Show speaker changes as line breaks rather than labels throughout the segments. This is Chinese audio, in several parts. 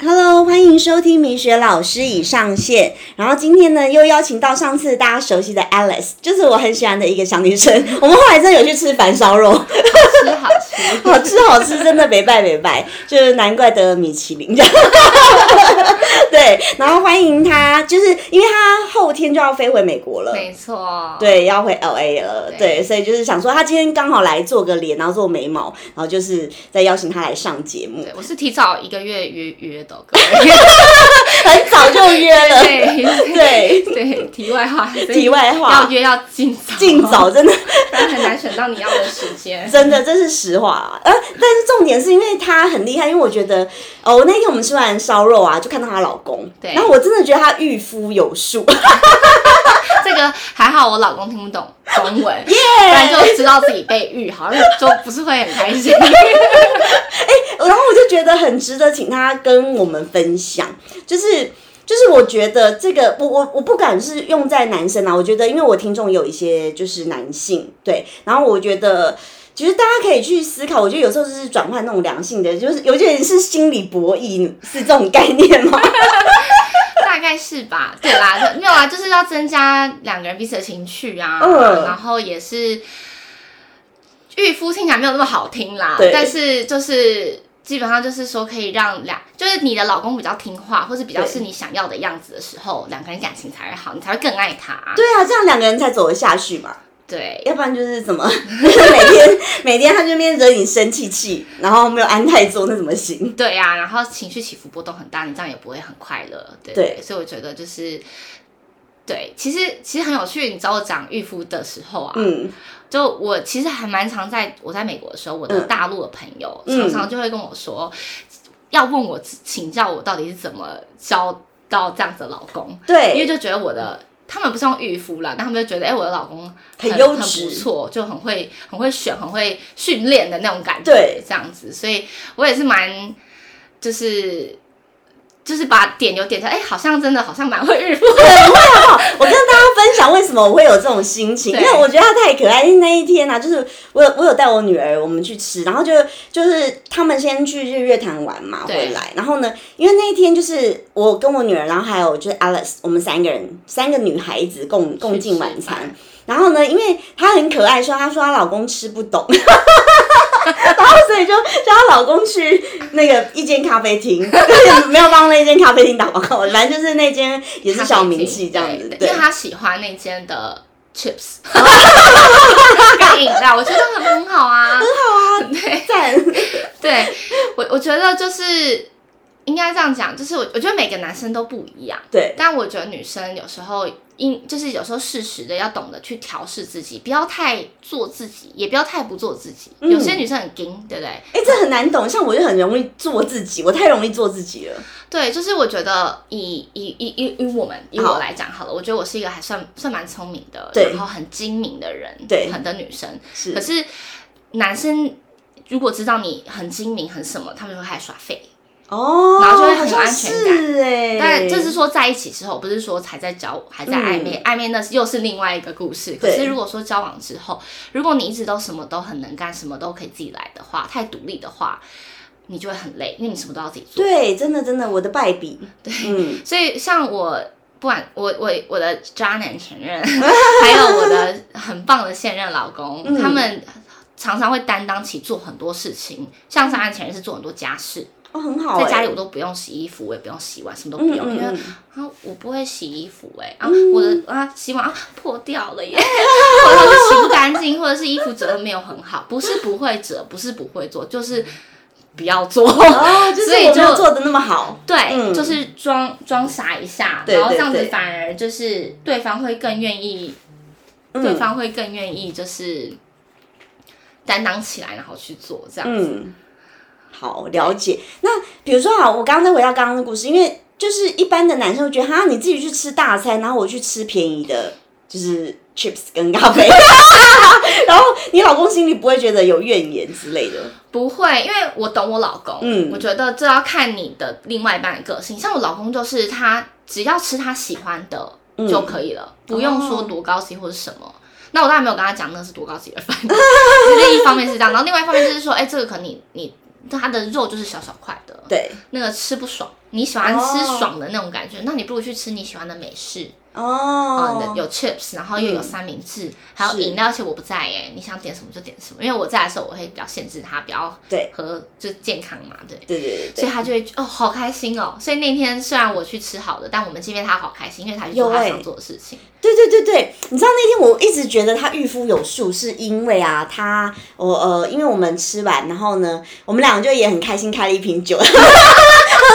Hello，欢迎收听米雪老师已上线。然后今天呢，又邀请到上次大家熟悉的 Alice，就是我很喜欢的一个小女生。 我们后来真的有去吃板烧肉，
吃好吃，
好吃好吃，真的没拜没拜，就是难怪得了米其林。 对，然后欢迎她，就是因为她后天就要飞回美国了。
没错，，
对，要回 L A 了，
对
对，所以就是想说，她今天刚好来做个脸，然后做眉毛，然后就是再邀请她来上节目，
对我是提早一个月约约的，各位
很早就约了，
对对对，题外话，所以
题外话
要约要尽早，
尽早，真的
不然很难选到你要的时间。
真的，这是实话啊。呃，但是重点是因为她很厉害，因为我觉得，哦，我那天我们吃完烧肉啊，就看到她老公，
对
然后我真的觉得她御夫有术，
这个还好，我老公听不懂中文，不然就知道自己被遇，好像就不是会很开心。
然后我就觉得很值得请她跟我们分享，就是。就是我觉得这个，我我我不敢是用在男生啊，我觉得因为我听众有一些就是男性，对，然后我觉得其实大家可以去思考，我觉得有时候就是转换那种良性的，就是有点是心理博弈，是这种概念吗？
大概是吧，对啦，没有啊，就是要增加两个人彼此的情趣啊，
嗯
然后也是御夫听起来没有那么好听啦
对，
但是就是基本上就是说可以让两，就是你的老公比较听话，或是比较
对
是你想要的样子的时候，两个人感情才会好，你才会更爱他。
对啊，这样两个人才走得下去嘛。
对，
要不然就是怎么 每天每天他就那边惹你生气气，然后没有安泰做，那怎么行？
对呀、然后情绪起伏波动很大，你这样也不会很快乐，对
对
所以我觉得就是。对，其实其实很有趣。你找我讲御夫的时候啊，
嗯，
就我其实还蛮常在我在美国的时候，我的大陆的朋友、
嗯
常常就会跟我说，要问我请教我到底是怎么交到这样子的老公，因为
对，
就觉得我的。他们不是用御夫啦，但他们就觉得，哎、我的老公
很
很
优
很
质
不错，就很会、很会选、很会训练的那种感觉，
对，
这样子。所以我也是蛮，就是就是把点有点出来，哎、好像真的好像蛮会御夫的，
我跟大家分享为什么我会有这种心情，因
对
为我觉得他太可爱。因为那一天啊，就是我有我有带我女儿我们去吃，然后就就是他们先去日月潭玩嘛，
对
回来，然后呢，因为那一天就是我跟我女儿，然后还有就是 Alice，我们三个人三个女孩子共共进晚餐，然后呢，因为她很可爱，说她说她老公吃不懂， 然后所以就叫她老公去那个一间咖啡厅， 没有帮那间咖啡厅打广告，反正就是那间也是小名气这样子，
对
对
因为。他喜欢那间的 chips 跟饮料，我觉得很很好啊，很好啊，对
赞，
对，我我觉得就是应该这样讲，就是我我觉得每个男生都不一样，
对
但我觉得女生有时候因就是有时候适时的要懂得去调试自己，不要太做自己，也不要太不做自己，
嗯
有些女生很硬，对不对？
哎、这很难懂。像我就很容易做自己，我太容易做自己了。
对，就是我觉得以以以以以我们以
好
我来讲好了，我觉得我是一个还算算蛮聪明的，
对
然后很精明的人，
对
很的女生。
是
可是男生如果知道你很精明很什么，他们就会开始耍废。
哦，
然后就会
好
很有
像
安全感
是哎、
但这是说在一起之后，不是说才在交还在暧昧，暧昧那是又是另外一个故事。可
嗯对
是如果说交往之后，如果你一直都什么都很能干，什么都可以自己来的话，太独立的话，你就会很累，因为你什么都要自己做。
对，真的真的，我的败笔。对，嗯，
所以像我，不管我我我的渣男前任， 还有我的很棒的现任老公，
嗯
他们常常会担当起做很多事情，像渣男前任是做很多家事，
哦，很好、欸，
在家里我都不用洗衣服，我也不用洗碗，什么都不
嗯
用，因为
嗯
啊我不会洗衣服哎、啊我的啊洗碗啊破掉了耶， 或者是洗不干净，或者是衣服折的没有很好，不是不会折，不是不会做，就是不要做。
嗯，哦，就是
所以
我没有
就
做的那么好。
对，
嗯
就是装装傻一下，
对
然后
对
这样
对
子反而就是对方会更愿意，对
嗯
方会更愿意就是担当起来，然后去做这样子。
嗯，好了解。那比如说啊，我刚刚再回到刚刚的故事，因为就是一般的男生会觉得哈，你自己去吃大餐，然后我去吃便宜的，就是 chips 跟咖啡， 然后你老公心里不会觉得有怨言之类的。
不会，因为我懂我老公，
嗯
我觉得这要看你的另外一半的个性。像我老公就是他只要吃他喜欢的
嗯
就可以了，不用
哦
说多高级或者什么。那我当然没有跟他讲那是多高级的饭，另一方面是这样，然后另外一方面就是说，哎、这个可能你你它的肉就是小小块的，
对，
那个吃不爽，你喜欢吃
哦
爽的那种感觉，那你不如去吃你喜欢的美式，啊、你的
哦，
有 chips，然后又有
嗯
三明治，还有
是
饮料。而且我不在耶，你想点什么就点什么，因为我在的时候我会比较限制他，比较
对
和就健康嘛，对。
对对
所
对
以他就会觉得哦，好开心哦。所以那天虽然我去吃好的，但我们见面他好开心，因为他去做
有
他
欸
想做的事情。
对对对对，你知道那天我一直觉得他御夫有术，是因为啊，他我呃，因为我们吃完，然后呢，我们两个就也很开心，开了一瓶酒， 喝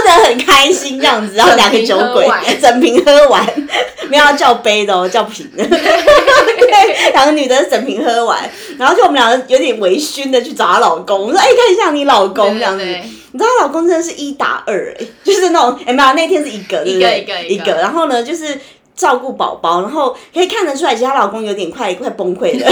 得很开心这样子，然后两个酒鬼整瓶喝完， 没有要叫杯的哦，叫 瓶的，对，两个女的整瓶喝完，然后就我们两个有点微醺的去找她老公，我说哎、看一下你老公
对
这样子，
对对
你知道她老公真的是一打二、欸， 就是那种哎没有，那天是一个，对不对
一个一个
一
一个
个，然后呢就是照顾宝宝，然后可以看得出来，其实她老公有点快快崩溃了，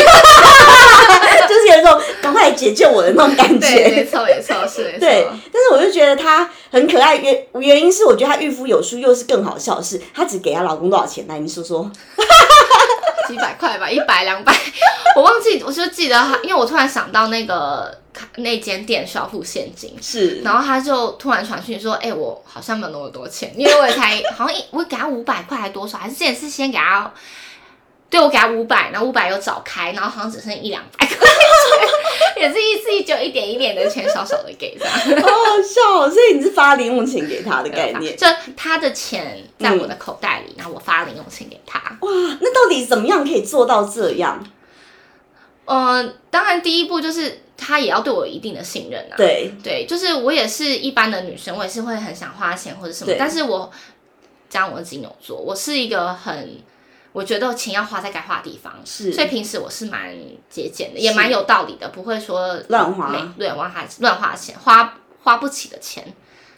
就是有一种赶快来解救我的那种感觉。
对，没错没错是没
对
错。，
但是我就觉得她很可爱，原原因是我觉得她御夫有术，又是更好笑的是，她只给她老公多少钱来？你说说，
几百块吧，一百两百， 我忘记，我就记得他，因为我突然想到那个那间店需要付现金，
是
然后他就突然传讯说，哎、我好像没有那么多钱，因为我也才好像一我给他五百块还多少，还是之前是先给他，对我给他五百，然后五百又找开，然后好像只剩一两百块 钱，也是一次就一点一点的钱少少的给这样。
好好笑哦，所以你是发零用钱给她的概念。
就他的钱在我的口袋里，然后我发零用钱给他。
哇，那到底怎么样可以做到这样？
呃，当然第一步就是他也要对我有一定的信任啊。
对，
对，就是我也是一般的女生，我也是会很想花钱或者什么
对，
但是我讲我是金牛座，我是一个很。我觉得钱要花在该花的地方，
是
所以平时我是蛮节俭的，也
是
蛮有道理的，不会说
乱花
没对，乱花乱花钱，花花不起的 钱，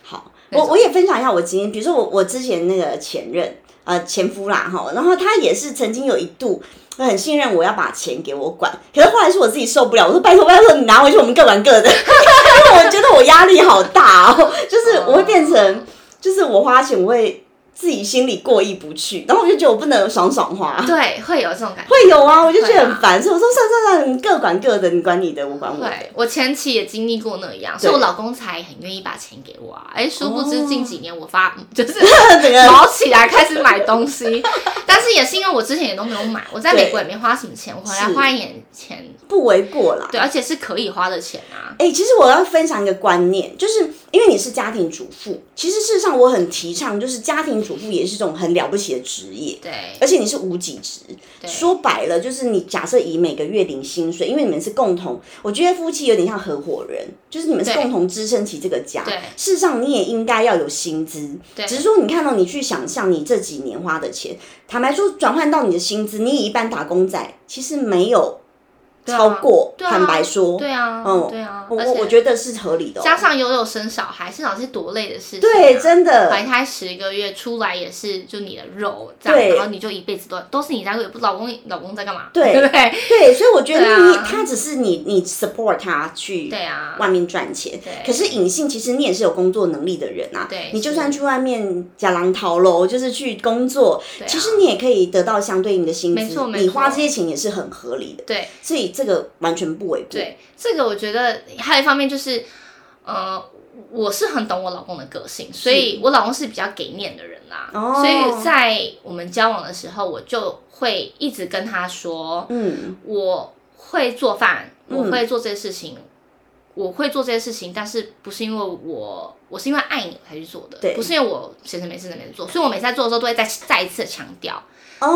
好，
那
我
种
我也分享一下我经验，比如说我我之前那个前任呃前夫啦哈，然后他也是曾经有一度。很信任我要把钱给我管，可是后来是我自己受不了，我说拜托拜托，你拿回去我们各玩各的，因 为我觉得我压力好大哦，就是我会变成，就是我花钱我会自己心里过意不去，然后我就觉得我不能爽爽花，
对，会有这种感觉。
会有啊，我就觉
会
得
啊
很烦，所以我说算算算，你各管各的，你管你的，我管我的，
对，我前期也经历过那样，所以我老公才很愿意把钱给我啊。哎，殊不知近几年我发、 就是
哦 整个
毛起来开始买东 西，但是也是因为我之前也都没有买，我在美国也没花什么钱，我回来
是
花一点钱，
不为过啦。
对，而且是可以花的钱啊。
哎、其实我要分享一个观念，就是因为你是家庭主妇，其实事实上我很提倡，就是家庭主妇也是一种很了不起的职业，
对，
而且你是无给职。
对
说白了，就是你假设以每个月领薪水，因为你们是共同，我觉得夫妻有点像合伙人，就是你们是
对
共同支撑起这个家
对。
事实上，你也应该要有薪资，
对
只是说你看到你去想象你这几年花的钱，坦白说，转换到你的薪资，你以一般打工仔其实没有
对啊
超过，
对啊
坦白说。
对啊，
嗯
对啊，
我
而
我我
且
觉得是合理的、哦。
加上又有生小孩，生小孩是多累的事情、啊
对，。真
怀
的，
胎十个月出来也是就你的肉，这
对
样，然后你就一辈子都都是你在喂，不老公老公在干嘛？
对
对不对？
对，所以我觉得你、
对啊
他只是你你 support 他去
对啊，
外面赚钱，
对
可是隐性其实你也是有工作能力的人啊，
对
你就算去外面假狼逃楼，就是去工作，
对啊
其实你也可以得到相对应的薪
没
资
错，没
你花这
错
些钱也是很合理的，
对
所以这个完全不为过，
对，这个我觉得还有一方面就是，呃，我是很懂我老公的个性，所以我老公是比较给面的人啦、
哦
所以在我们交往的时候，我就会一直跟他说，
嗯，
我会做饭，
嗯
我会做这些事情。我会做这些事情，但是不是因为我，我是因为爱你我才去做的
对，
不是因为我闲着没事在那边做，所以我每次在做的时候都会再再一次地强调，
哦，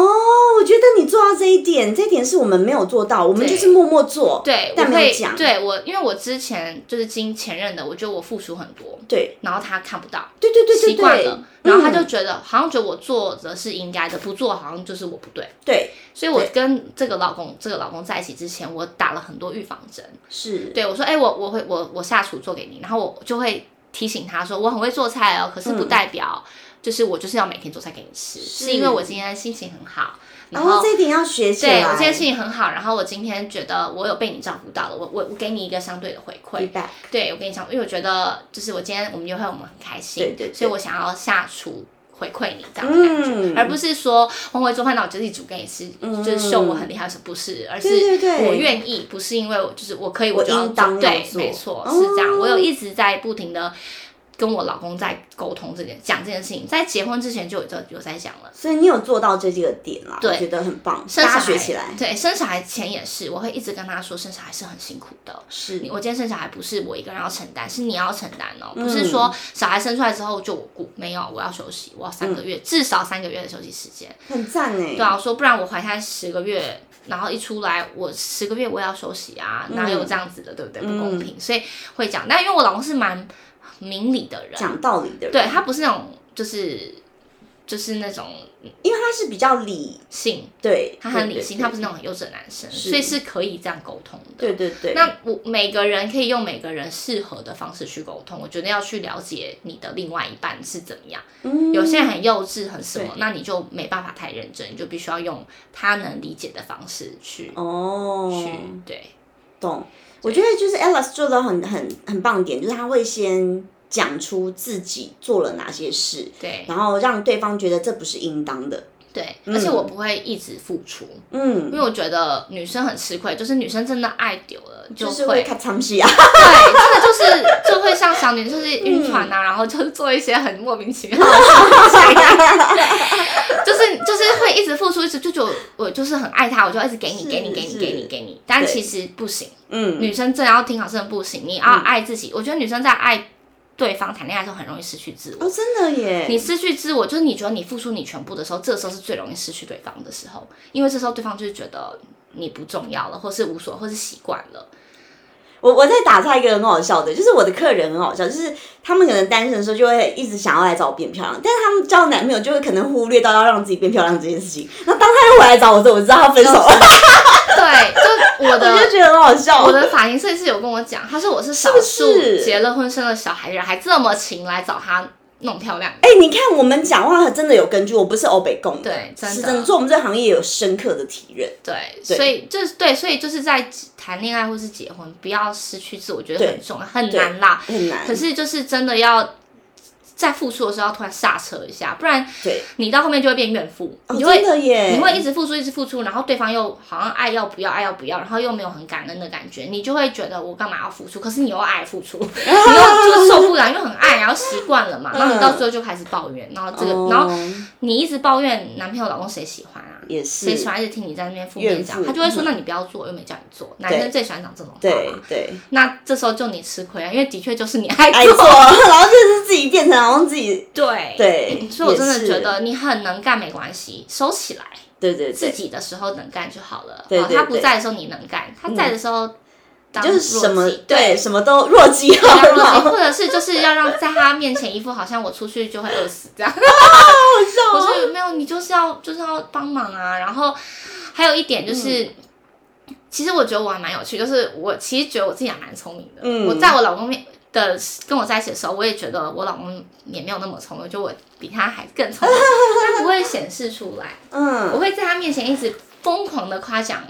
我觉得你做到这一点，这一点是我们没有做到，我们
对
就是默默做，
对，我
但没有
会
讲，
对我，因为我之前就是经前任的，我觉得我付出很多，
对
然后他看不到，
对对对对
习惯
对
了，，然后他就
嗯
觉得、好像觉得我做的是应该的，不做好像就是我不对。
对
所以我
对
跟这个老公这个老公在一起之前，我打了很多预防针。
是，
对我说，哎、我我会我我下厨做给你，然后我就会提醒他说，我很会做菜哦，可是不
嗯
代表就是我就是要每天做菜给你吃，是因为我今天心情很好，然
然
后
后哦这一点要学起来，
对我这件事情很好，然后我今天觉得我有被你照顾到了，我我我给你一个相对的回馈，
feedback
对我跟你讲，因为我觉得就是我今天我们约会，我们很开心，
对对对
所以我想要下厨回馈你这样的感觉，
嗯
而不是说哦我会做饭，那我就自己煮给你吃，
嗯
就是秀我很厉害，是不是？而是
对对对
我愿意，不是因为我就是我可以，
我
就要
应当要
对，
做
没错
哦，
是这样。我有一直在不停的跟我老公在沟通这件讲这件事情，在结婚之前就有就有在讲了。
所以你有做到这几个点啦，
对
我觉得很棒，
生
大
小
家
孩
学起来
对，生小孩前也是，我会一直跟他说，生小孩是很辛苦的。
是
你我今天生小孩不是我一个人要承担，是你要承担哦，不
嗯
是说小孩生出来之后就我顾，没有，我要休息，我要三
嗯
个月，至少三个月的休息时间。
很赞哎、
对啊，我说不然我怀胎十个月，然后一出来我十个月我也要休息啊，哪
嗯
有这样子的，对不对？不公平，所以会讲。但因为我老公是蛮明理的人，
讲道理的人，
对他不是那种就是就是那种
因为他是比较理，
性，
对，
他很理性，
对
他不是那种很幼稚的男生，
是
所以是可以这样沟通的。
对对对，
那我每个人可以用每个人适合的方式去沟通，我觉得要去了解你的另外一半是怎么样。
嗯
有些人很幼稚，很什么
对，
那你就没办法太认真，你就必须要用他能理解的方式去、
哦，
去对。
懂。我觉得就是 Alice 做的很很很棒的点，就是他会先讲出自己做了哪些事，
对
然后让对方觉得这不是应当的。
对，
嗯
而且我不会一直付出，因
嗯，
为我觉得女生很吃亏，就是女生真的爱丢了就
就是
会
会看长戏啊，
对，真的就是就会像小女就是晕船
嗯
啊，然后就是做一些很莫名其 妙的事情，就是就是会一直付出，一直就就我就是很爱他，我就一直给你
是
给你给
是
你给你给你，但其实不行，
嗯，
女生真的要听好真的不行，你要爱自己。我觉得女生在爱对方谈恋爱的时候很容易失去自我。
哦，真的耶，
你失去自我，就是你觉得你付出你全部的时候，这时候是最容易失去对方的时候，因为这时候对方就是觉得你不重要了，或是无所，或是习惯 了。
我我在打岔一个很好笑的，就是我的客人很好笑，就是他们可能单身的时候就会一直想要来找我变漂亮，但是他们交男朋友就会可能忽略到要让自己变漂亮这件事情。那当他又回来找我的时候，我知道他分手了，
对，就我哦 的
我就觉得很好笑。
我的发型设计师有跟我讲，他说我是少
是
数
不是
结了婚生了小孩的人，还这么勤来找他弄漂亮。
哎、你看我们讲话真的有根据，我不是欧北共的，
对真的
是真的，做我们这个行业有深刻的体认。
对，
对
所以就是对，所以就是在谈恋爱或是结婚，不要失去自我，我觉得
对
很重要，很难啦。
很难
可是就是真的要在付出的时候要突然刹车一下，不然
对，
你到后面就会变怨妇，
哦，
你就会
真的耶，
你会一直付出，一直付出，然后对方又好像爱要不要，爱要不要，然后又没有很感恩的感觉，你就会觉得我干嘛要付出？可是你又爱 付出，你又就是受不了，因为很爱，然后习惯了嘛，然后你到最后就开始抱怨，然后这个，
嗯哦
然后你一直抱怨男朋友、老公谁喜欢啊？
也
谁
是
喜，欢一直听你在那边负面
怨
讲，
妇嗯
他就会说：“那你不要做，又没叫你做。”男生最喜欢讲这种
对
话嘛。
对，
那这时候就你吃亏啊，因为的确就是你爱
爱
做。
错， 然后就是自己变成好像自己
对
对
所以我真
也
的
是
觉得你很能干没关系，收起来。
对对
自
对，
己的时候能干就好了。
对
哦
对
他不
对
在的时候你能干，他在的时候当
就是
弱
什么
鸡
对
对。
什么都弱鸡
不要
很
弱 鸡
好，
或者是就是要让在他面前一副好像我出去就会饿死这样。我说没有，你就是要就是要帮忙啊。然后还有一点就是，其实我觉得我还蛮有趣，就是我其实觉得我自己还蛮聪明的。
嗯
我在我老公面的跟我在一起的时候，我也觉得我老公也没有那么聪明，就我比他还更聪明， 但不会显示出来。
嗯，
我会在他面前一直疯狂的夸奖，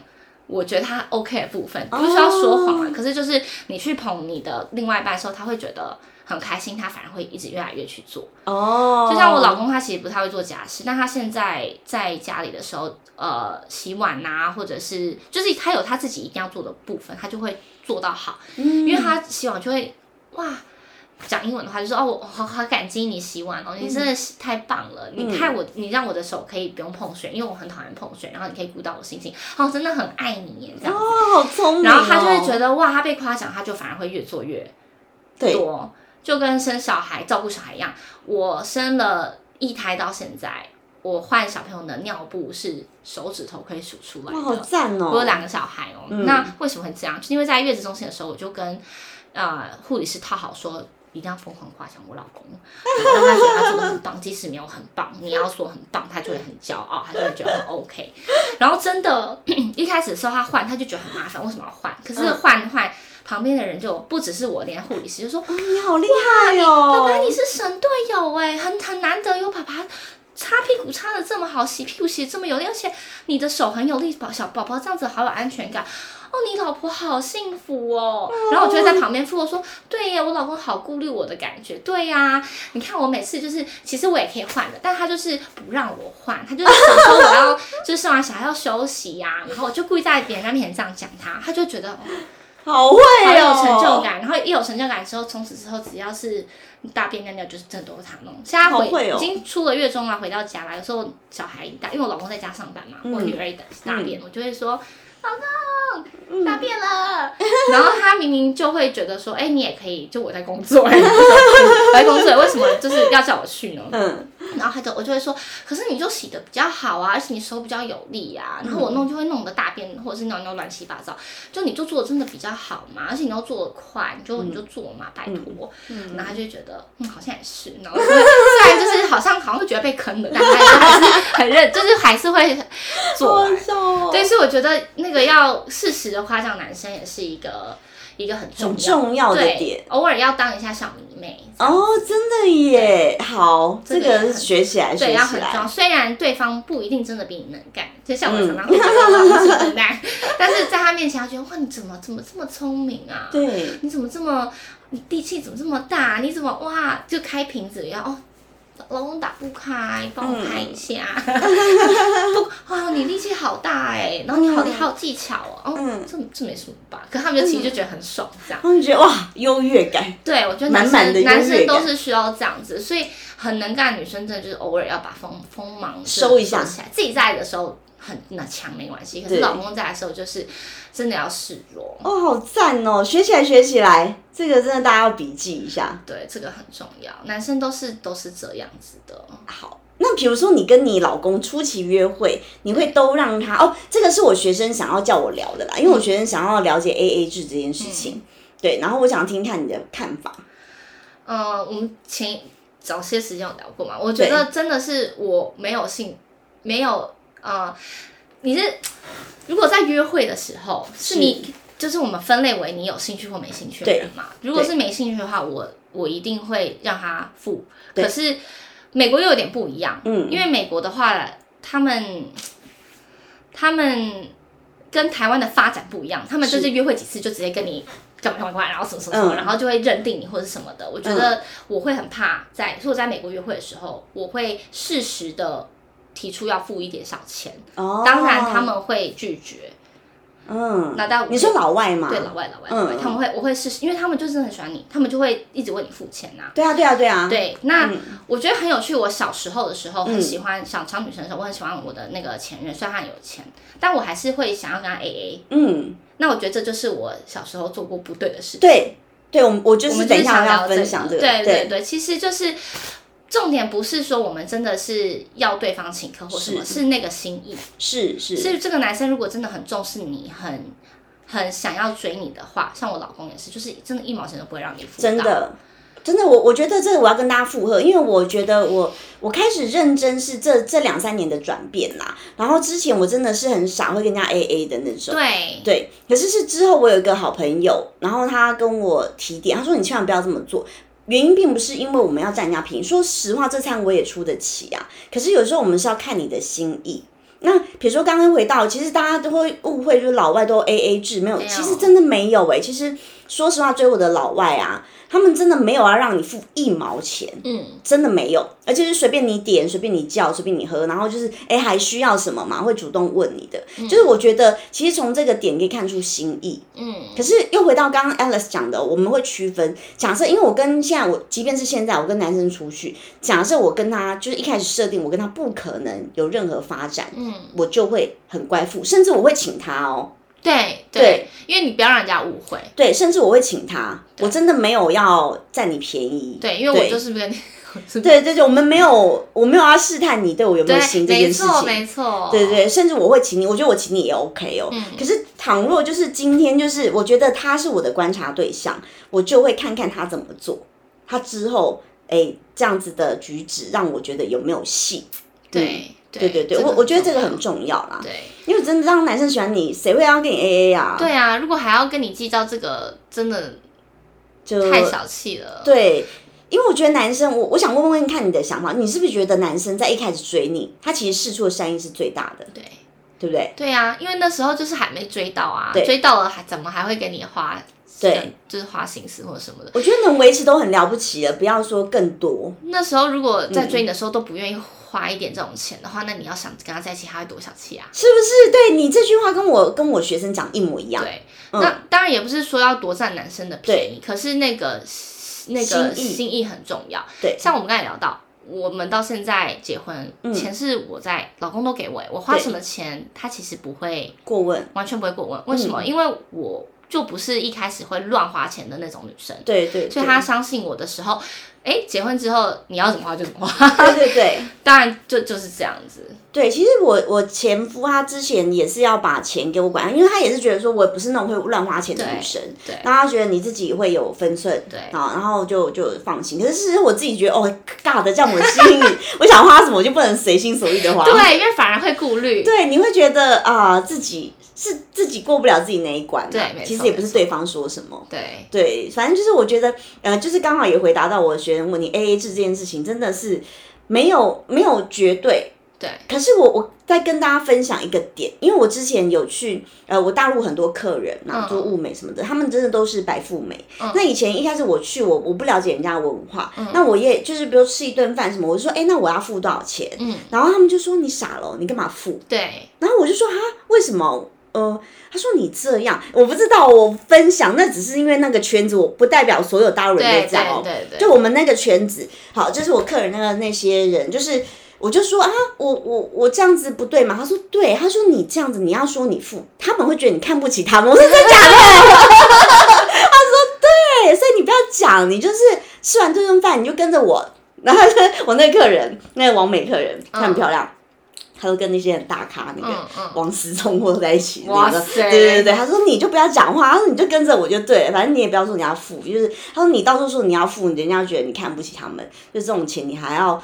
我觉得他 OK 的部分，不是说要说谎啊，可是就是你去捧你的另外一半的时候，他会觉得很开心，他反而会一直越来越去做。
哦，
就像我老公，他其实不太会做家事，但他现在在家里的时候，呃，洗碗啊，或者是就是他有他自己一定要做的部分，他就会做到好，
嗯，
因为他洗碗就会哇。讲英文的话就说哦，我我好好感激你洗碗哦，
嗯
你真的是太棒了！你看我，你让我的手可以不用碰水，因为我很讨厌碰水，然后你可以顾到我心情，哦，真的很爱你耶，这样。
哦，好聪明哦，
然后他就会觉得哇，他被夸奖，他就反而会越做越
对，
多，就跟生小孩、照顾小孩一样。我生了一胎到现在，我换小朋友的尿布是手指头可以数出来
哇，好
的。
赞哦，
我有两个小孩哦，
嗯
那为什么会这样？就是因为在月子中心的时候，我就跟呃护理师讨好说，一定要疯狂夸奖我老公， 让他觉得他做的嗯很棒，即使没有很棒，你要说很棒，他就会很骄傲，他就会觉得很 OK。然后真的 一开始的时候，他换他就觉得很麻烦，为什么要换？可是换换。旁边的人就不只是我，连护理师就说：“
哦，你好厉害
爸爸，
哦，
你是神队友哎、很很难得有爸爸擦屁股擦的这么好，洗屁股洗的这么有力，而且你的手很有力，宝小宝宝这样子好有安全感。哦，你老婆好幸福哦。然后我就会在旁边附和说：“对耶，我老公好顾虑我的感觉。对呀、你看我每次就是，其实我也可以换的，但他就是不让我换，他就是想说我要就是生完小孩要休息呀、然后我就故意在别人那面前这样讲他，他就觉得哦，
好会
好有
哦，
成就。感，然后一有成就感之后，从此之后只要是大便尿尿，就是真的都是他弄。现在回、
好会哦
已经出了月中了，回到家了，有时候小孩一大，因为我老公在家上班嘛，
嗯
我女儿一大大便，我就会说。老公大便了，
嗯
然后他明明就会觉得说，哎、你也可以，就我在工作、哎 我在工作，为什么就是要叫我去呢？
嗯，
然后他就我就会说，可是你就洗的比较好啊，而且你手比较有力啊，然后我
嗯
弄就会弄得大便或者是尿尿乱七八糟，就你就做的真的比较好嘛，而且你要做的快，你就、
嗯
你就做嘛，拜托。然后他就会觉得，嗯，好像也是，然后就会虽然就是好像好像会觉得被坑了，但他还是很认，就是还是会做
好
完。
笑哦，
对，所以我觉得那个要适时的夸奖男生也是一个一个很重要
很重要的
对
点，
偶尔要当一下小迷妹。
哦，真的耶，好，这
这个也
个
很
学起来，
对，
学
要
起
很重
来，
要。虽然对方不一定真的比你能干，就像我常
嗯
常会觉得我很能干，但是在他面前，他觉得哇，你怎么怎么这么聪明啊？
对，
你怎么这么，你力气怎么这么大？你怎么哇，就开瓶子一样哦。老公打不开，帮我
嗯
开一下。 不，哇，你力气好大哎、然后你好厉
嗯
害，好有技巧哦。哦，
嗯
这这没什么吧？可他们就其实就觉得很爽，这样。
他们觉得哇，优越感，
对，我觉得男生
满满的优越感
男生都是需要这样子，所以很能干的女生真的就是偶尔要把锋锋芒
收一下
起来。自己在的时候很那强没关系，可是
对
老公在的时候就是真的要示弱。
哦，好赞哦，学起来，学起来，这个真的大家要笔记一下。
对，这个很重要，男生都是都是这样子的。
好，那比如说你跟你老公初期约会，你会都让他哦，这个是我学生想要叫我聊的啦，因
嗯
为我学生想要了解 A A 制这件事情，对，然后我想听看你的看法，
嗯，我们前早些时间有聊过嘛，我觉得真的是我没有性，没有呃，你是如果在约会的时候，是啊你就是我们分类为你有兴趣或没兴趣的人嘛。如果是没兴趣的话，我我一定会让他付。
对
可是美国又有点不一样，
嗯
因为美国的话，他们他们跟台湾的发展不一样，他们就是约会几次就直接跟你干嘛干嘛干嘛，然后什么什么什么，
嗯
然后就会认定你或者什么的。我觉得我会很怕在，所以我在美国约会的时候，我会适时的提出要付一点小钱，
哦，
当然他，们会拒绝。
嗯，
那但
你说老外嘛，
对老外老外，
嗯
老外
嗯
他们会我会试试，因为他们就是很喜欢你，他们就会一直为你付钱呐、
对啊，对啊，对啊，，
对，那
嗯
我觉得很有趣。我小时候的时候很喜欢小小女生的时候，我很喜欢我的那个前任，虽然他很有钱，但我还是会想要跟他 AA。
嗯，
那我觉得这就是我小时候做过不对的事情。
对，对，我们我就
我
是
们就
等
是
一下
想
要
聊
分享这
对
个，
对对对，其实就是重点不是说我们真的是要对方请客或什么，
是
是那个心意。
是是，
所以这个男生如果真的很重视你，很很想要追你的话，像我老公也是，就是真的一毛钱都不会让你付到。
真的。真的，我我觉得这个我要跟大家附和，因为我觉得我我开始认真是这这两三年的转变啦。然后之前我真的是很傻，会跟人家 A A 的那种。
对
对，可是是之后我有一个好朋友，然后他跟我提点，他说你千万不要这么做。原因并不是因为我们要占人家便宜，说实话，这餐我也出得起啊。可是有时候我们是要看你的心意。那比如说刚刚回到，其实大家都会误会，就是老外都 A A 制，没有，
有
其实真的没有欸诶、其实说实话，追我的老外啊，他们真的没有要让你付一毛钱。
嗯，
真的没有，而且是随便你点，随便你叫，随便你喝，然后就是哎、还需要什么嘛，会主动问你的。就是我觉得其实从这个点可以看出心意。
嗯，
可是又回到刚刚 Alice 讲的，我们会区分。假设因为我跟现在我，即便是现在我跟男生出去，假设我跟他就是一开始设定我跟他不可能有任何发展，
嗯，
我就会很乖父，甚至我会请他哦。
对对
对
因为你不要让人家误会。
对，甚至我会请他，我真的没有要占你便宜。
对，因为我就是跟你，我是
对对对，我们没有，我没有要试探你对我有没有心这
没
件事
错
情。
没错，嗯
对对对，甚至我会请你，我觉得我请你也 OK 哦。可是倘若就是今天，就是我觉得他是我的观察对象，我就会看看他怎么做，他之后哎这样子的举止让我觉得有没有戏。嗯
对
对对对，我我觉得这个很
重
重要啦
要，对。
因为真的让男生喜欢你，谁会要跟你 AA 啊？，
对啊，如果还要跟你计较这个，真的
就
太小气了。
对。因为我觉得男生，我我想问问看你的想法，你是不是觉得男生在一开始追你，他其实试出的善意是最大的，
对
对不对？
对啊，因为那时候就是还没追到啊，
对
追到了还怎么还会给你花
对，
就是花心思或者什么的。
我觉得能维持都很了不起了，不要说更多。
那时候如果在
嗯
追你的时候都不愿意花一点这种钱的话，那你要想跟他在一起，他会多小气啊？
是不是？对你这句话跟我跟我学生讲一模一样。嗯
对，那当然也不是说要多占男生的便宜，可是那个那个
心意
心意很重要。
对
像我们刚才聊到，我们到现在结婚，
嗯
钱是我在，老公都给我欸，我花
对
什么钱，他其实不会
过问，
完全不会过
嗯
问。为什么？因为我就不是一开始会乱花钱的那种女生，
对对对，
所以他相信我的时候，哎，结婚之后你要怎么花就怎么花，
对 对对
当然就就是这样子。
对。其实我我前夫他之前也是要把钱给我管，因为他也是觉得说我不是那种会乱花钱的女生，
对对
然后他觉得你自己会有分寸，
对
好，然后就就放心。可是事实我自己觉得哦，尬的这样我心里，我想花什么我就不能随心所欲的花，
对，因为反而会顾虑。
对，你会觉得啊、自己是自己过不了自己那一关嘛，啊
对没错
其实也不
没
是
错
对方说什么。
对
对，反正就是我觉得，呃，就是刚好也回答到我的学生问题，A A 制这件事情真的是没有没有绝对。
对，
可是我我再跟大家分享一个点，因为我之前有去呃，我大陆很多客人嘛，
嗯
做物美什么的，他们真的都是白富美。那以前一开始我去，我我不了解人家的文化，
嗯
那我也就是比如吃一顿饭什么，我就说，哎、那我要付多少钱？
嗯
然后他们就说你傻了，你干嘛付？
对
然后我就说哈，为什么？呃，他说你这样，我不知道。我分享那只是因为那个圈子，我不代表所有大陆人
对
都这样哦
对。对对，
就我们那个圈子，好，就是我客人那个那些人，就是我就说啊，我我我这样子不对嘛？他说对，他说你这样子，你要说你富，他们会觉得你看不起他们。我说真的假的？他 说对，所以你不要讲，你就是吃完这顿饭你就跟着我。然后呢，我那个客人，那个王美客人，她很漂亮，她、就跟那些很大咖那个。
嗯嗯，
王思聪混在一起，
哇
那个
塞
对对对，他说你就不要讲话，他说你就跟着我就对了，反正你也不要说你要付，就是他说你到处说你要付，人家觉得你看不起他们，就这种钱你还要，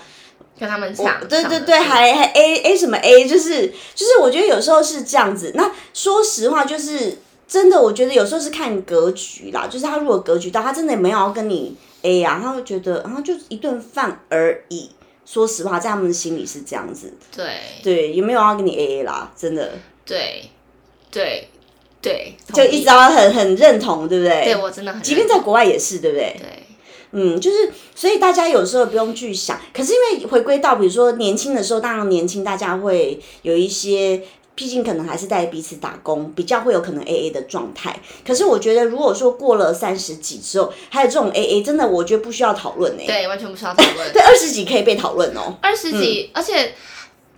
跟他们抢。
对
抢嗯
对
着
对，
去
还还 A A 什么 A，就是就是我觉得有时候是这样子，那说实话就是真的，我觉得有时候是看格局啦，就是他如果格局到，他真的没有要跟你 A 啊，他会觉得然后就一顿饭而已，说实话在他们的心里是这样子，
对
对，也没有要跟你 A A 啦，真的。
对对对，
就
同
一
意
直要很很认同，对不对？
对我真的很认同，
即便在国外也是，对不对？
对
嗯，就是所以大家有时候不用去想，可是因为回归到比如说年轻的时候，当然年轻大家会有一些。毕竟可能还是在彼此打工，比较会有可能 A A 的状态。可是我觉得，如果说过了三十几之后，还有这种 A A，真的我觉得不需要讨论哎。
对，完全不需要讨 论。
对，二十几可以被讨论哦。
二十几，而且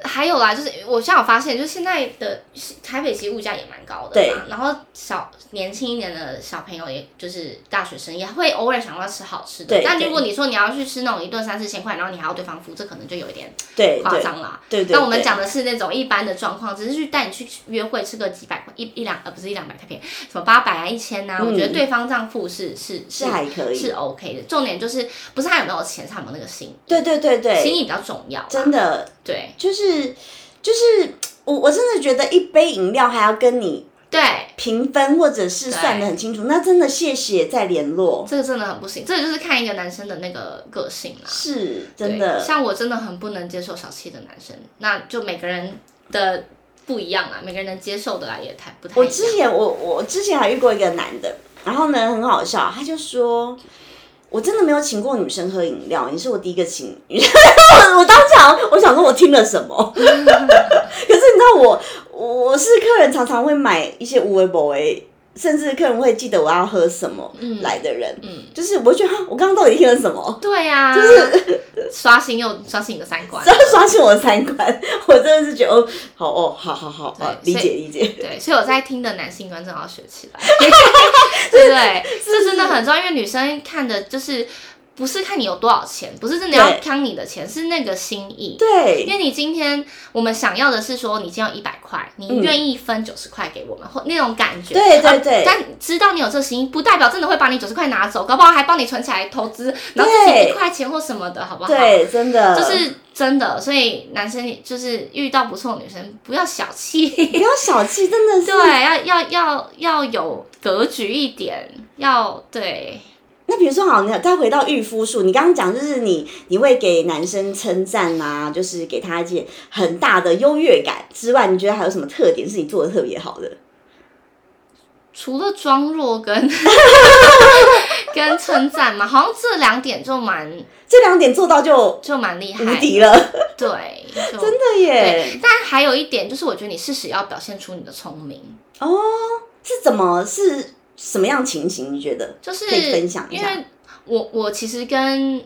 还有啦，就是我现在有发现，就是现在的台北其实物价也蛮高的
对
嘛，然后小年轻一点的小朋友也，就是大学生也会偶尔想要吃好吃的
对，
但
对
如果你说你要去吃那种一顿三四千块，然后你还要对方付，这可能就有一点
对
夸
对
张啦。
对对。
那我们
对
讲的是那种一般的状况，只是去带你去约会吃个几百块，一一两呃不是一两百太便宜，什么八百啊一千呐、啊，我觉得对方这样付是是
是嗯还可以
是 OK 的。重点就是不是他有没有钱，是他有没有那个心意，
对对对对，
心意比较重要啦。
真的
对
就是就是我我真的觉得一杯饮料还要跟你
对，
评分或者是算的很清楚，那真的谢谢再联络，
这个真的很不行，这个就是看一个男生的那个个性啦。
是
对
真的。
像我真的很不能接受小气的男生，那就每个人的不一样啦，啊每个人能接受的啦也太不太一
我
样。
之前我我之前还遇过一个男的，然后呢很好笑，他就说。我真的没有请过女生喝饮料，你是我第一个请。 我当场我想说，我听了什么？ 可是你知道我，我我是客人，常常会买一些无为 boy，甚至客人会记得我要喝什么
嗯
来的人，
嗯，
就是我会觉得哈我刚刚到底听了什么？
对呀、就是刷新又刷新你 的三观
这。刷新我的三观， 我真的是觉得哦，好哦，好好好，好理
对所以
解理解，
对，所以我在听的男性观众要学起 来，对不对？这真的很重要，因为女生看的就是不是看你有多少钱，不是真的要
对
坑你的钱，是那个心意。因
对
为你今天我们想要的是说，你今天有一百块，你愿意分九十块给我们，或那种感觉。
嗯对对
啊
对
但知道你有这心意，不代表真的会把你九十块拿走，搞不好还帮你存起来投资，然后自己
对
一块钱或什么的，好不好？，
对，真的，
这是真的。所以男生就是遇到不错的女生，不要小气，
不要小气，真的是。
对，要要要要有格局一点，要对
那比如说好，你再回到御夫术，你刚刚讲就是你你会给男生称赞啊，就是给他一些很大的优越感之外，你觉得还有什么特点是你做的特别好的？
除了装弱跟 跟称赞嘛，好像这两点就蛮
这两点做到就
就蛮厉害
无，敌了，
对，就
真的耶！
对。但还有一点就是，我觉得你适时要表现出你的聪明，
是怎么是什么样情形？你觉得？
就是
可以分享一
因
下
为我我其实跟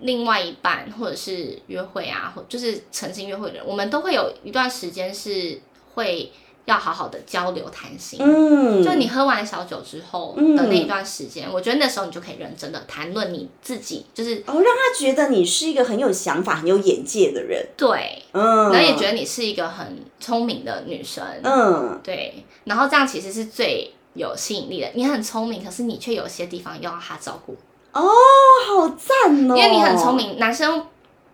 另外一半或者是约会啊，或就是诚心约会的人，我们都会有一段时间是会要好好的交流谈心。
嗯，
就你喝完小酒之后
嗯
的那一段时间，我觉得那时候你就可以认真的谈论你自己，就是
哦，让他觉得你是一个很有想法、很有眼界的人，
对，
嗯，
然后也觉得你是一个很聪明的女生，
嗯，
对，然后这样其实是最有吸引力的。你很聪明，可是你却有些地方又要他照顾，
哦，好赞哦，
因为你很聪，明，男生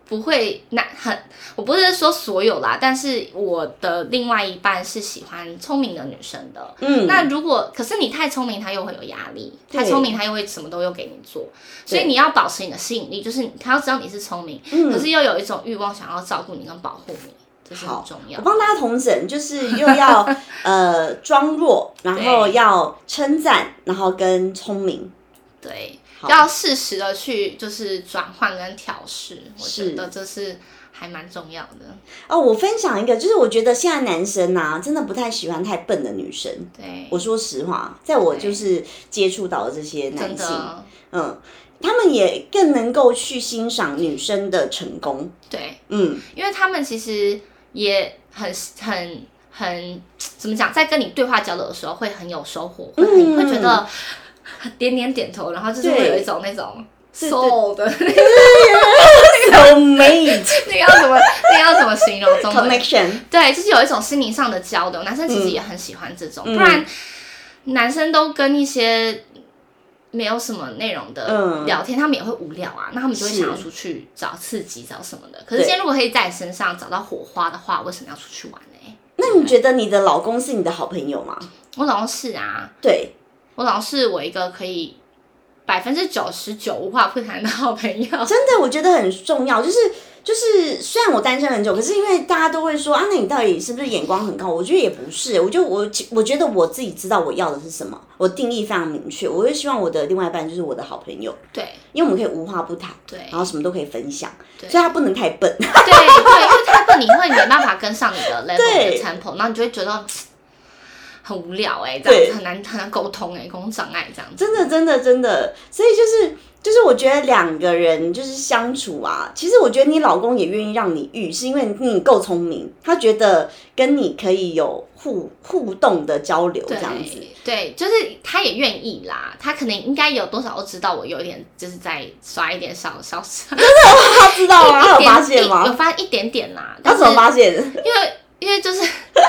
不会男很，我不是说所有啦，但是我的另外一半是喜欢聪明的女生的。
嗯，
那如果可是你太聪明，他又会有压力；
对
太聪明，他又会什么都又给你做。所以
对
你要保持你的吸引力，就是他要知道你是聪明，
嗯
可是又有一种欲望想要照顾你跟保护你，这是很
好
重要
我。帮大家同整，就是又 要呃装弱，然后
对
要称赞，然后跟聪明，
对，
好
要适时的去就是转换跟调试，我
是
觉得这是还蛮重要的。
哦，我分享一个，就是我觉得现在男生呐、真的不太喜欢太笨的女生。
对，
我说实话，在我
对
就是接触到的这些男
真
性，
的
嗯，他们也更能够去欣赏女生的成功，
对。
嗯，
因为他们其实也很很很怎么讲，在跟你对话交流的时候会很有收获，会
嗯
很、会觉得点点点头，然后就是
对
会有一种那种
对
soul 的
so mate
那个要怎么那个要怎么形容中文？
connection，
对，就是有一种心灵上的交流，男生其实也很喜欢这种，
嗯
不然男生都跟一些。没有什么内容的
嗯
聊天，他们也会无聊啊，那他们就会
是
想要出去找刺激，找什么的。可是
对
今天如果可以在你身上找到火花的话，为什么要出去玩呢？
那你觉得你的老公是你的好朋友吗？
我老公是啊，
对，
我老公是我一个可以百分之九十九无话不谈的好朋友。
真的，我觉得很重要，就是就是，虽然我单身很久，可是因为大家都会说啊，那你到底是不是眼光很高？我觉得也不是，我就我我觉得我自己知道我要的是什么，我定义非常明确，我就希望我的另外一半就是我的好朋友，
对
因为我们可以无话不谈，
对
然后什么都可以分享，所
对
以他不能太笨，
对对，因为太笨，你会没办法跟上你 的 level
对
的 tempo，然后你就会觉得嘖很无聊哎、这样
对
子很难很难沟通哎、沟通障碍这样子。
真的真的真的，所以就是就是我觉得两个人就是相处啊，其实我觉得你老公也愿意让你遇，是因为你够聪明，他觉得跟你可以有互互动的交流这样子。
对对，就是他也愿意啦，他可能应该有多少都知道我有一点就是在耍一点小小，
他知道吗？他有
一点
发现
一
吗？
有发现一点点啦，
他
但
怎么
是
发现？
因为因为就是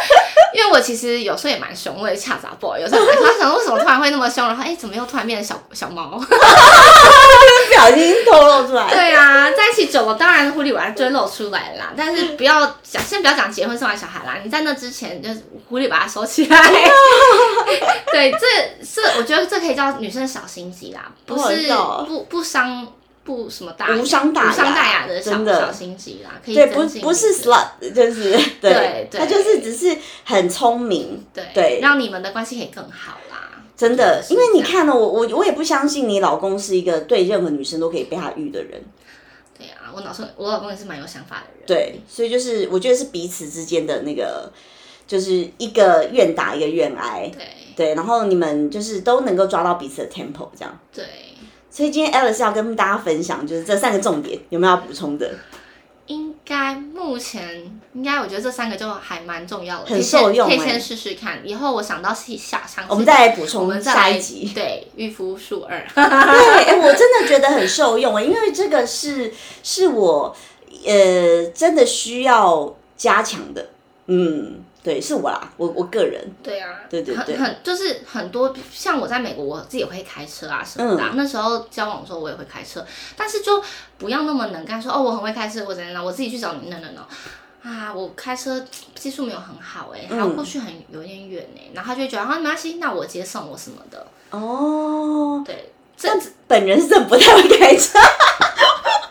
因为我其实有时候也蛮凶，我也恰杂 boy，有时候蛮他想为什么突然会那么凶，然后哎、怎么又突然变成小小猫？
不小心透露出来。
对啊，在一起久了，当然狐狸娃就会露出来啦。但是不要讲，先不要讲结婚生完小孩啦，你在那之前就是狐狸把它收起来。 对，这这我觉得这可以叫女生的小心机啦，不
好
是
笑哦
不不伤不什么大
无伤大雅
无伤大雅的小
真的
小心机啦，可以
对，不
增进
不是
你的
slut，就是对
对，对
他就是只是很聪明，
对
对
让你们的关系可以更好啦。
真的。
是
因为你
这样
看哦了我，我我也不相信你老公是一个对任何女生都可以被他遇的人，
对啊，我老公我老公也是蛮有想法的人。
对，所以就是我觉得是彼此之间的那个，就是一个愿打一个愿挨，
对
对，然后你们就是都能够抓到彼此的 tempo 这样。
对，
所以今天 Alice 要跟大家分享，就是这三个重点，有没有要补充的？
应该目前应该我觉得这三个就还蛮重要的，
很受用
可以先
欸
可以先试试看。以后我想到细下想，
我们再来补
我
充
们再
下
来
一集。
对预夫术 二，
对，哎、我真的觉得很受用啊，因为这个是是我呃真的需要加强的。嗯，对，是我啦，我我个人
对啊，
对对对
很很就是很多像我在美国，我自己也会开车啊什么
嗯
的啊、那时候交往的时候我也会开车，但是就不要那么能干，说哦我很会开车，我怎样呢？我自己去找你，no no no。啊，我开车技术没有很好哎、欸，还有
嗯
过去很有点远哎、然后他就会觉得啊没关系，那我接送我什么的，
哦，
对，
这
这
样子本人是真的不太会开车，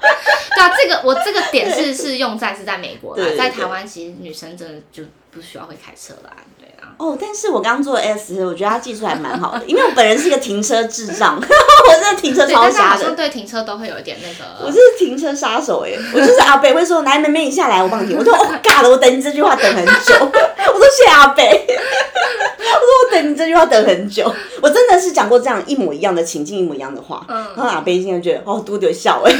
对啊，这个我这个点是是用在是在美国啦
对对，对
在台湾其实女生真的就不不需要会开车啦，对啊。
哦，但是我刚做 S，我觉得他技术还蛮好的，因为我本人是一个停车智障， 我真的停车
对，
超
但是好
瞎
像
的。
对停车都会有一点那
我
个，
是停车杀手哎、我就是阿北会说来妹妹你下来，我帮你停。我说哦，尬的，我等你这句话等很久。 我说谢谢阿北，我说我等你这句话等很久。我真的是讲过这样一模一样的情境，一模一样的话。
嗯
然后阿北现在觉得哦，多得笑哎、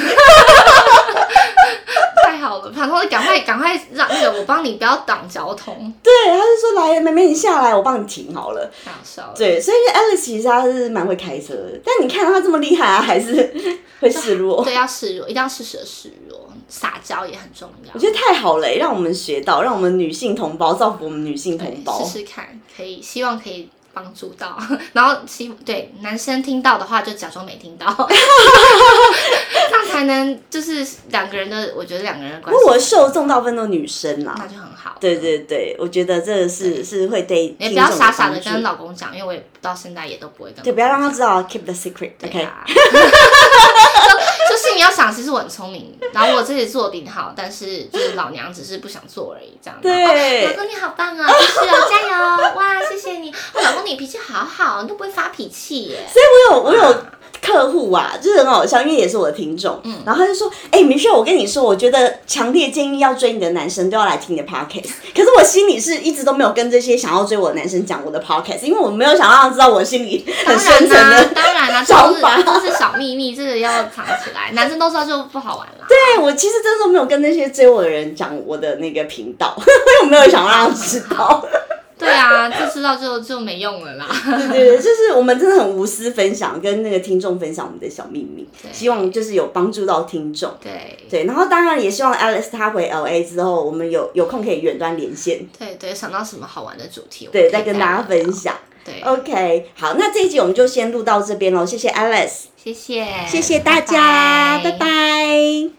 太好了，然后赶快赶快让那个我帮你不要挡交通，
对，他就说来妹妹你下来，我帮你停好了。
太好笑了。
对，所以 Alice 其实她是蛮会开车的，但你看到她这么厉害啊，还是会示弱。
对，要示弱，一定要适时的示弱，撒娇也很重要。
我觉得太好了、欸让我们学到，让我们女性同胞造福我们女性同胞。
试试看，可以，希望可以帮助到。 然后希对男生听到的话，就假装没 听到，这样才能就是两个人的，我觉得两个人的
不
关
过我的
系，
受众大部分都女生啦，
那就很好。
对对对，我觉得这是是会对
你
听
也不
众
要
有
傻傻的
帮助
跟老公讲，因为我也到现在也都不会跟。
对，不要让他知道，keep the secret。
对
OK，
啊。 就就是你要想，其实我很聪明，然后我自己做的比你好，但是就是老娘只是不想做而已，这样。
对
哦老公你好棒哦，就是哦，加油！哇，谢谢你，哦、老公你脾气好好，你都不会发脾气耶。
所以我有我有客户啊，就是很好笑，因为也是我的听众，
嗯
然后他就说，哎、明秀，我跟你说，我觉得强烈建议要追你的男生都要来听你的 podcast。可是我心里是一直都没有跟这些想要追我的男生讲我的 podcast，因为我没有想让他知道我心里很
当
深
然
层
啦、
的。
当 然啦、
想法
这是这是小秘密，这个要藏起来，男生都知道就不好玩啦。
对，哎我其实真的没有跟那些追我的人讲我的那个频道， 我没有想让他知道。
对啊，就知道就就没用了啦。
对对对，就是我们真的很无私分享，跟那个听众分享我们的小秘密，
对
希望就是有帮助到听众。
对
对，然后当然也希望 Alice 她回 LA 之后，我们有有空可以远端连线，
对对，想到什么好玩的主题，我们
对，
可以
再跟大家
聊聊
分。享。
对，
哦 OK，好，那这一集我们就先录到这边喽，谢谢 Alice，
谢谢，
谢谢大家，
哎拜
拜拜